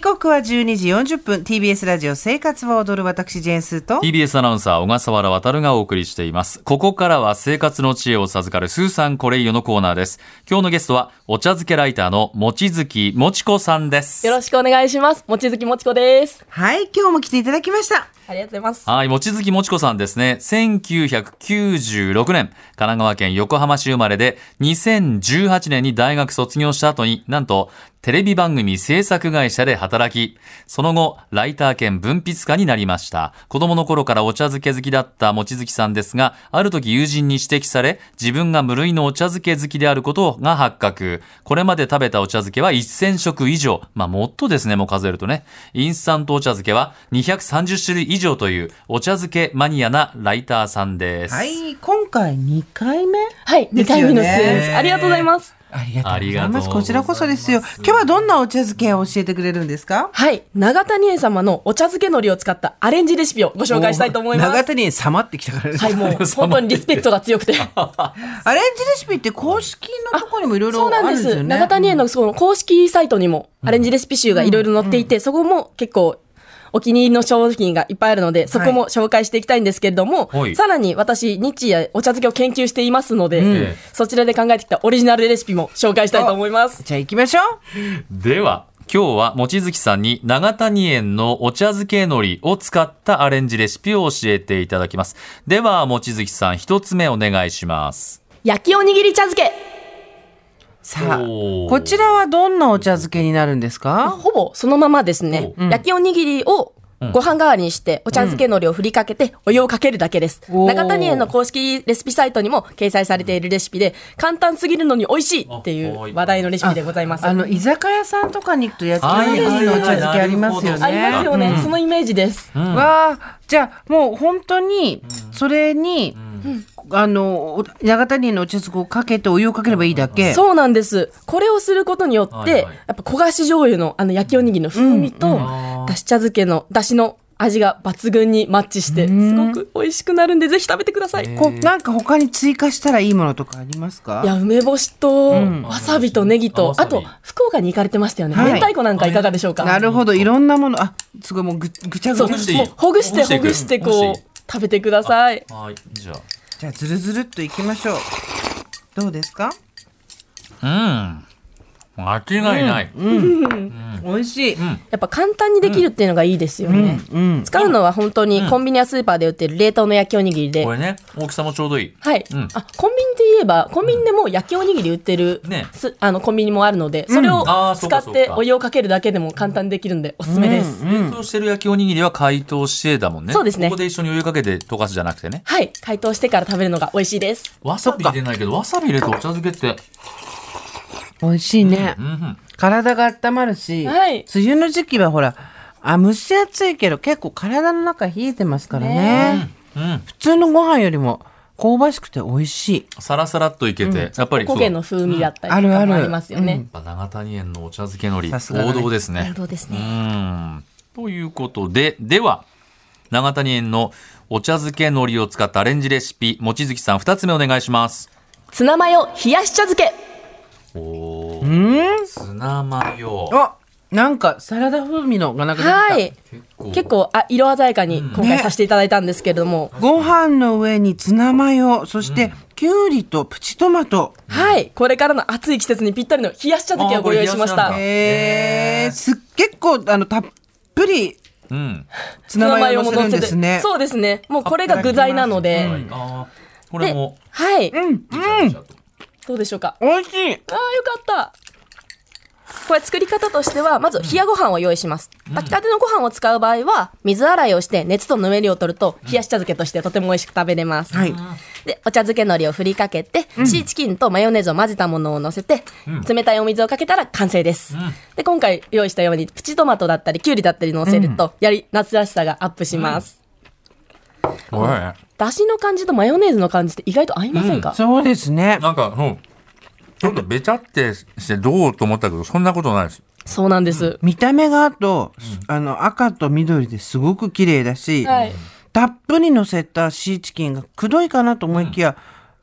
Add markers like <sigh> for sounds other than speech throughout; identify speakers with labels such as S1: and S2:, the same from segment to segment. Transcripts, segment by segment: S1: 刻は12時40分 TBS ラジオ生活は踊る私ジェーンスーと
S2: TBS アナウンサー小笠原渉がお送りしていますここからは生活の知恵を授かるスーさんコレイヨのコーナーです今日のゲストはお茶漬けライターの望月もちこさんです
S3: よろしくお願いします。もちづきもちこです。
S1: はい今日も来ていただきました
S3: ありがとうございます。
S2: はい、望月もちこさんですね。1996年、神奈川県横浜市生まれで、2018年に大学卒業した後に、なんと、テレビ番組制作会社で働き、その後、ライター兼文筆家になりました。子供の頃からお茶漬け好きだった望月さんですが、ある時友人に指摘され、自分が無類のお茶漬け好きであることが発覚。これまで食べたお茶漬けは1000食以上。まあ、もっとですね、もう数えるとね。インスタントお茶漬けは230種類以上という、お茶漬けマニアなライターさんです。
S1: はい今回2回目
S3: はい、
S1: で
S3: 2
S1: すよね
S3: 回目の出演です。ありがとうございます。
S1: ありがとうござ
S2: あ
S1: い
S2: りが
S1: ま
S2: と
S1: す
S2: う
S1: こちらこそですよ
S2: ございます
S1: 今日はどんなお茶漬けを教えてくれるんですか
S3: はい、長谷園様のお茶漬け海苔を使ったアレンジレシピをご紹介したいと思いま
S1: <laughs> 長
S3: す。
S1: 谷様ってきたからです
S3: はい、も
S1: <laughs>
S3: う本当にリスペクトが強くて。
S1: アレンジレシピって公式のとこにもいろい
S3: そう
S1: ろあ
S3: なん
S1: るん
S3: で
S1: です
S3: す。
S1: よね
S3: 長谷園のその公式サイトにもアレンジレシピ集がいろいろ載っていて、そこも結構お気に入りの商品がいっぱいあるので、そこも紹介していきたいんですけれども、
S2: はい
S3: さらに私、日夜お茶漬けを研究していますので、
S2: ん
S3: そちらで考えてきたオリジナルレシピも紹介したいと思います。
S1: じゃあ行きましょう
S2: では、今日は望月さんに長谷園のお茶漬け海苔を使ったアレンジレシピを教えていただきます。では、望月さん、一つ目お願いします。
S3: 焼きおにぎり茶漬け
S1: さあ
S2: おー
S1: こちらはどんなお茶漬けになるんですか
S3: ほぼそのままですね。
S2: お
S3: 焼きおにぎりをご飯代わりにして、お茶漬け海苔を振りかけて、お湯をかけるだけです。
S1: おー
S3: 中谷園の公式レシピサイトにも掲載されているレシピで、簡単すぎるのに美味しいってい
S2: あはいう
S3: 話題のレシピでございます。
S1: あ
S3: あ
S1: の居酒屋さんとかに行くと焼きおにぎりのお茶漬けありますよね。
S2: はい
S3: りますよね、そのイメージです。
S1: わあじゃあもう本当にそれに、あのお長谷のお茶漬けをかけてお湯をかければいいだけ。
S3: そうなんです。これをすることによって、
S2: はいはい
S3: やっぱ焦がし醤油のあの焼きおにぎりの風味と、だし茶漬けのだしの味が抜群にマッチして、すごく美味しくなるんで、ぜひ食べてください。
S1: こうなんか他に追加したらいいものとかあります
S3: いや
S1: か？
S3: 梅干しと、わさびとネギ
S2: あ
S3: と
S2: わ、さ
S3: あ
S2: び
S3: と、福岡に行かれてましたよね。
S1: はい
S3: 明太子なんかいかがでしょうか。
S1: なるほどいろんなものあすごいもうぐぐちゃぐちゃ
S3: そう、
S2: ほ
S3: も
S2: ぐしていいう
S3: ほぐして、
S2: ほ
S3: ほ
S2: ぐ
S3: ぐ
S2: し
S3: して
S2: い
S3: て、
S2: くほぐ
S3: こ、
S2: していう
S3: 食べてください。
S2: はい、じゃ
S1: じゃあずるずるっといきましょう。どうですか？
S2: あ。うん。間違いない。
S1: 美味しい。
S3: やっぱ簡単にできるっていうのがいいですよね。
S1: うん。
S3: 使うのは本当にコンビニやスーパーで売ってる冷凍の焼きおにぎりで
S2: こ。れね、大きさもちょうどいい。
S3: はい、
S2: うん
S3: あ、コンビニで言えば、コンビニでもう焼きおにぎり売ってる、
S2: ね
S3: すあの、コンビニもあるので、それを
S2: あーそう
S3: 使
S2: か
S3: っ
S2: そうか
S3: てお湯をかけるだけでも簡単にできるんで、おすすめです。
S2: 冷凍してる焼きおにぎりは解凍してだもんね。
S3: そうですね
S2: ここで一緒にお湯かけて溶かすじゃなくてね。
S3: はい、解凍してから食べるのが美味しいです。
S2: わさび入れないけど、わさび入れてお茶漬けって。
S1: 美味しいね。
S2: うんうん。
S1: 体が温まるし、
S3: はい
S1: 梅雨の時期はほらあ蒸し暑いけど結構体の中冷えてますからね
S3: ね
S2: うん。
S1: 普通のご飯よりも香ばしくて美味しい
S2: サラサラっといけて、やっぱりそう
S3: 焦げの風味だったりと
S1: うんあ
S3: か
S1: る
S3: も
S1: あ
S3: あ
S1: る
S3: りますよね。
S1: う
S2: やっぱ長谷園のお茶漬け海
S1: さすが
S2: 苔、
S1: だね
S2: 王道ですね。
S3: 王道ですね
S2: うん。ということで、では、長谷園のお茶漬け海苔を使ったアレンジレシピ、望月さん2つ目お願いします。
S3: ツナマヨ冷やし茶漬け
S2: お
S1: う
S2: ー、
S1: ん
S2: ツナマヨ。
S1: あなんかサラダ風味のがなんか出てきた、
S3: はい結構あ色鮮やかに今
S1: ね
S3: 回させていただいたんですけれども、
S1: ご飯の上にツナマヨそしてきゅうりとプチトマト、
S3: はいこれからの暑い季節にぴったりの冷やし茶漬けをご用意しまし
S2: あ
S3: た
S2: これ冷
S1: えー、
S2: やしなんだへー
S1: すっ結構あのたっぷり
S2: うん。
S1: ツナマヨを乗せるんですね
S3: そうですねもうこれが具材なので、
S2: はいあーこれ
S3: で
S2: も、
S3: はい
S1: うん
S3: どうでしょうか
S1: 美味しい
S3: あーよかったこれ作り方としてはまず冷やご飯を用意します炊きたてのご飯を使う場合は水洗いをして熱とぬめりを取ると冷やし茶漬けとしてとても美味しく食べれます、
S1: はい
S3: でお茶漬け海苔を振りかけて、シーチキンとマヨネーズを混ぜたものを乗せて、冷たいお水をかけたら完成です、で今回用意したようにプチトマトだったりきゅうりだったり乗せると、やり夏らしさがアップします、
S2: おいね
S3: だしの感じとマヨネーズの感じって意外と合いませんか、
S1: そうですね
S2: なんか、うんちょっとべちゃってしてどうと思ったけど、そんなことないです。
S3: そうなんです、
S1: 見た目があと、あの赤と緑ですごく綺麗だし、
S3: はい
S1: たっぷり乗せたシーチキンがくどいかなと思いきや、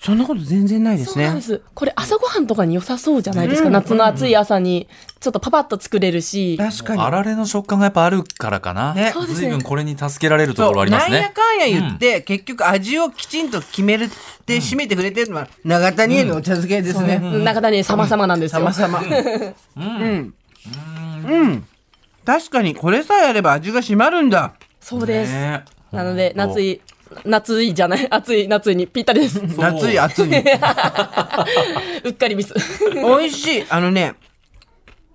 S1: そんなこと全然ないです
S3: そうなん
S1: ね
S3: で。す。これ朝ごはんとかに良さそうじゃないですか。夏の暑い朝に、ちょっとパパッと作れるし。
S1: 確かに。
S2: あられの食感がやっぱあるからかな。
S1: ね
S3: そうですね
S2: 随分これに助けられるところありま
S1: な
S2: す
S1: んや
S2: ね。
S1: かんや言って、結局味をきちんと決めるって締めてくれてるのは永谷へのお茶漬けですね。
S3: 中谷様々なんですよ。
S1: 様々。うん。うん。確かにこれさえあれば味が締まるんだ。
S3: そうです。
S2: ね
S3: なので、夏い、夏いじゃない、暑い夏いにぴったりです。
S2: そう
S1: 夏い暑い。
S3: うっかりミス。
S1: 美味しい。あのね、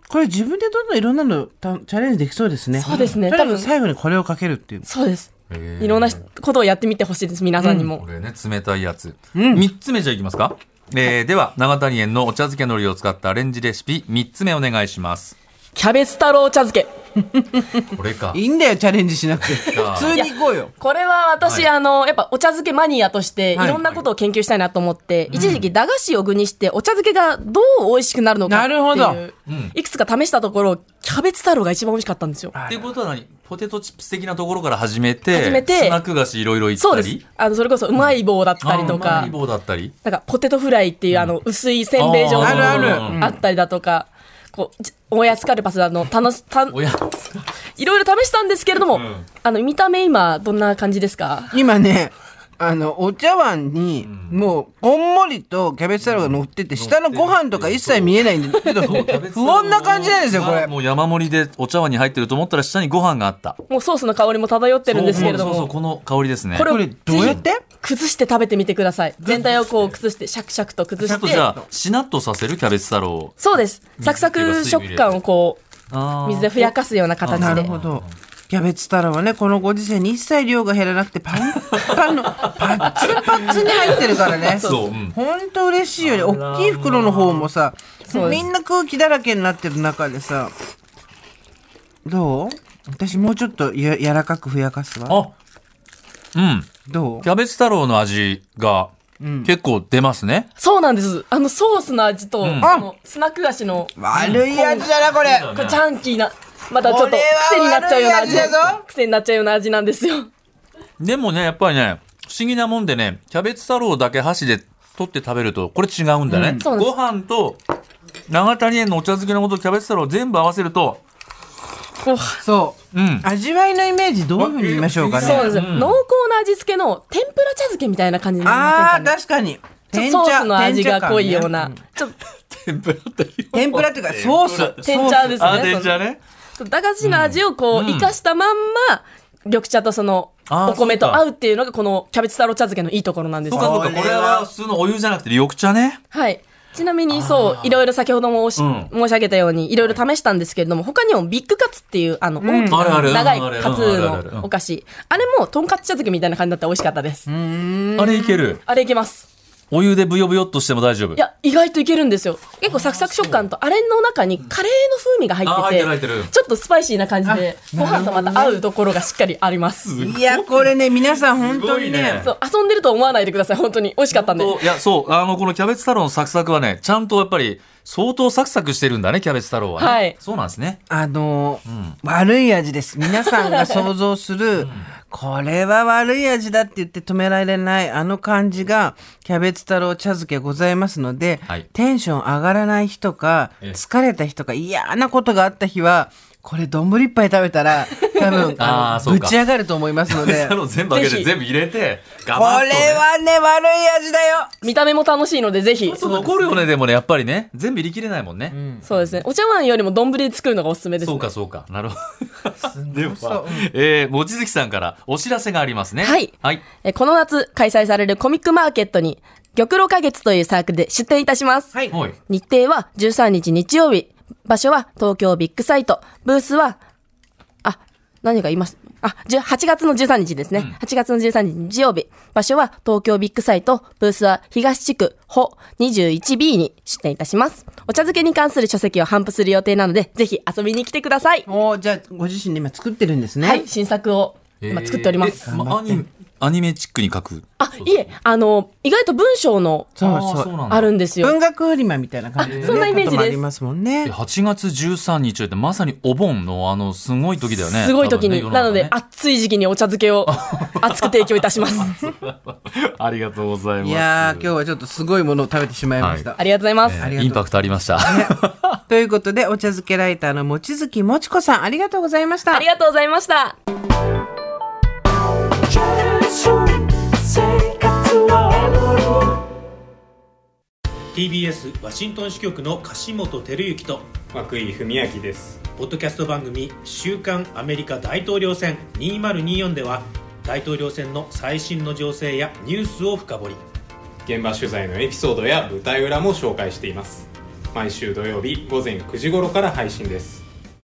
S1: これ自分でどんどんいろんなのたチャレンジできそうですね。
S3: そうですね
S1: とりあえず
S3: 多分
S1: 最後にこれをかけるっていう。
S3: そうです。
S2: へー
S3: いろんなことをやってみてほしいです、皆さんにも。
S2: これね、冷たいやつ。三、つ目じゃあいきますか。えー、では、長谷園のお茶漬け海苔を使ったアレンジレシピ、三つ目お願いします。
S3: キャベツ太郎茶漬け。
S2: これか。
S1: いいんだよ、チャレンジしなくて。
S2: か
S1: 普通に行こうよ。
S3: これは私、
S2: はい
S3: あの、やっぱお茶漬けマニアとして、い
S1: はい
S3: ろんなことを研究したいなと思って、一時期駄菓子を具にして、お茶漬けがどう美味しくなるのかってい
S1: な
S3: う。
S1: るほど
S2: ん
S3: いくつか試したところ、キャベツ太郎が一番美味しかったんですよ。
S2: っていうことは何ポテトチップス的なところから始めて、
S3: 始めて
S2: スナック菓子いろいろいった
S3: そう
S2: り。
S3: です。あの、それこそ、うまい棒だったりと
S2: あうま
S3: か
S2: い、棒だったり。
S3: なんか、ポテトフライっていう、あの、薄いせんべい状の
S1: あるある
S2: うん
S3: あったりだとか、こう、ちおやつカルパスだの、楽し、た、
S2: おやつ。
S3: いろいろ試したんですけれども、
S2: ん
S3: あの、見た目今、どんな感じですか
S1: 今ね、あの、お茶碗に、もう、こんもりとキャベツ太郎が乗ってて、下のご飯とか一切見えないんで、ちょっと不穏な感じなんですよ、これ。
S2: もう山盛りでお茶碗に入ってると思ったら下にご飯があった。
S3: もうソースの香りも漂ってるんですけれど
S2: そう
S3: も。
S2: そうそうこの香りですね。
S3: これ
S1: これ、どうやって
S3: 崩して食べてみてください全体をこう崩してシャクシャクと崩
S2: ちょ
S3: し
S2: っとじゃ
S3: て
S2: あしなっとさせるキャベツ太郎。
S3: そうですサクサク食感をこ
S2: あ
S3: う
S2: ー
S3: 水でふやかすような形
S1: なる
S3: で
S1: ほど。キャベツ太郎はね、このご時世に一切量が減らなくて、パン
S3: <laughs>
S1: パンの、パッチパッチに入ってるからね。
S2: そううん
S1: ほんと嬉しいよね。大きい袋の方もさ
S3: そう、です
S1: みんな空気だらけになってる中でさ、どう私もうちょっとや柔らかくふやかすわ。
S2: あ、うん。
S1: ど
S2: キャベツ太郎の味が結構出ますね。
S3: そうなんですあのソースの味と、
S2: ん
S3: あのスナック菓子の
S1: う悪い味だな、これ。
S3: これジャンキーなまたちょっ
S1: ことれは
S3: 癖になっちゃうような味
S1: 悪い味だぞ
S3: 癖になっちゃうような味なんですよ
S2: でもね、やっぱりね、不思議なもんでね、キャベツ太郎だけ箸で取って食べると、これ違うんだね。
S3: そうなんで
S2: ご
S3: す
S2: 飯と、長谷園のお茶漬けのことキャベツ太郎全部合わせると、
S3: こう
S1: そう。
S2: うん。
S1: 味わいのイメージどういうふうに言いましょうか
S2: あ
S1: ね。
S3: そうなんです、
S2: うん
S3: 濃厚な味付けの天ぷら茶漬けみたいな感じになりま
S1: あ
S3: せん
S1: ー、
S3: かね
S1: 確かに。
S3: ちょっ
S1: 天
S3: とソー
S1: 茶
S3: スの味が濃いよう。な、
S1: 天茶感ね
S3: ちょっと
S2: 天ぷらって
S1: 天ぷらっていうか、ソース。
S3: 天茶ですね
S2: あ、天茶ね。
S3: 駄菓子の味をこう、
S2: うん
S3: 生かしたまんま、緑茶とその、
S2: あー
S3: お米と
S2: そうか
S3: 合うっていうのが、このキャベツ太郎茶漬けのいいところなんです
S2: そう
S3: よ
S2: かそうか、これは普通のお湯じゃなくて緑茶ね。
S3: はい。ちなみに、そう、いろいろ先ほどもおし、
S2: うん
S3: 申し上げたように、いろいろ試したんですけれども、他にもビッグカツっていう、あの、大き
S2: あるある
S3: な長い
S2: うんあるある
S3: カツ
S2: うんあるあるうん
S3: のお菓子。あれも、とんかつ茶漬けみたいな感じだったら美味しかったです。
S2: あれいける。
S3: あれいけます。
S2: お湯でブヨブヨっとしても大丈夫。
S3: いや、意外といけるんですよ。結構サクサク食感と、あれの中にカレーの風味が入
S2: あ
S3: っ
S2: 入って
S3: て
S2: る入ってる
S3: ちょっとスパイシーな感じで、ご飯とまた合うところがしっかりあります。
S1: いや、これね、皆さん本当に
S2: すごい
S1: ね
S2: ね。
S3: そう、遊んでると思わないでください。本当に。美味しかったんで。
S2: そういや、そう、あの、このキャベツ太郎のサクサクはね、ちゃんとやっぱり、相当サクサクしてるんだね、キャベツ太郎はね。
S3: はい
S2: そうなんですね。
S1: あのー悪い味です。皆さんが想像する、これは悪い味だって言って止められない、あの感じが、キャベツ太郎茶漬けございますので、
S2: はい
S1: テンション上がらない日とか、
S2: ええ、
S1: 疲れた日とか、嫌なことがあった日は、これ、丼一杯食べたら、多分
S2: <laughs> あー
S1: あの
S2: そう
S1: ぶ
S2: か
S1: ち上がると思いますの
S2: キ
S1: で、
S2: ャベツ <laughs> 太
S1: こ
S2: 郎全部開け
S3: ぜ
S2: て、
S3: ひ
S2: 全部入れて、
S1: れ
S2: ガバッと、ね。
S1: はね、悪い味だよ
S3: 見た目も楽しいので、ぜひ。
S2: そう残るよね、でもね、やっぱりね。全部入りきれないもんね。
S3: そうですね。お茶碗よりも丼で作るのがおすすめです、
S2: そう
S3: ね。
S2: か、そうか。なるほど。で
S1: そう
S2: は、えー、望月さんからお知らせがありますね。
S3: はい
S2: はい。
S3: えこの夏、開催されるコミックマーケットに、玉露花月というサークルで出展いたします。
S1: はい。
S2: はい。
S3: 日程は13日日曜日。場所は東京ビッグサイト。ブースは、あ、何が言いますあ、10 8月の13日ですね。8月の13日日曜日。場所は東京ビッグサイト。ブースは東地区保 21B に出展いたします。お茶漬けに関する書籍を頒布する予定なので、ぜひ遊びに来てください。
S1: おーじゃあ、ご自身で今作ってるんですね。
S3: はい、新作を今作っております。
S2: えーえまアニアニメチックに書く。
S3: あ、いえ、あの、意外と文章の
S1: そう
S2: あ
S1: そ
S2: ー
S1: う。
S2: なんだ
S3: あるんですよ。
S1: 文学フリマみたいな感じで、ね、
S3: あそんなイメージです
S1: こともありますもんね
S2: で。8月13日ってまさにお盆のあのすごい時だよね。
S3: すごい時
S2: 多
S3: に、
S2: 分ね
S3: なので、、暑い時期にお茶漬け
S2: <laughs>
S3: を熱く提供いたします。
S2: 世の中ねありがとうございます。
S1: いやー、今日はちょっとすごいものを食べてしまいました。
S3: ありがとうございます。
S1: ありがとう
S2: インパクトありました。
S1: ということで、お茶漬けライターの望月もちこさん、ありがとうございました
S3: あり。がとうございました。
S4: TBS ワシントン支局の樫本照之と
S5: 涌井文明です
S4: ポッドキャスト番組「週刊アメリカ大統領選2024」では大統領選の最新の情勢やニュースを深掘り
S5: 現場取材のエピソードや舞台裏も紹介しています毎週土曜日午前9時頃から配信です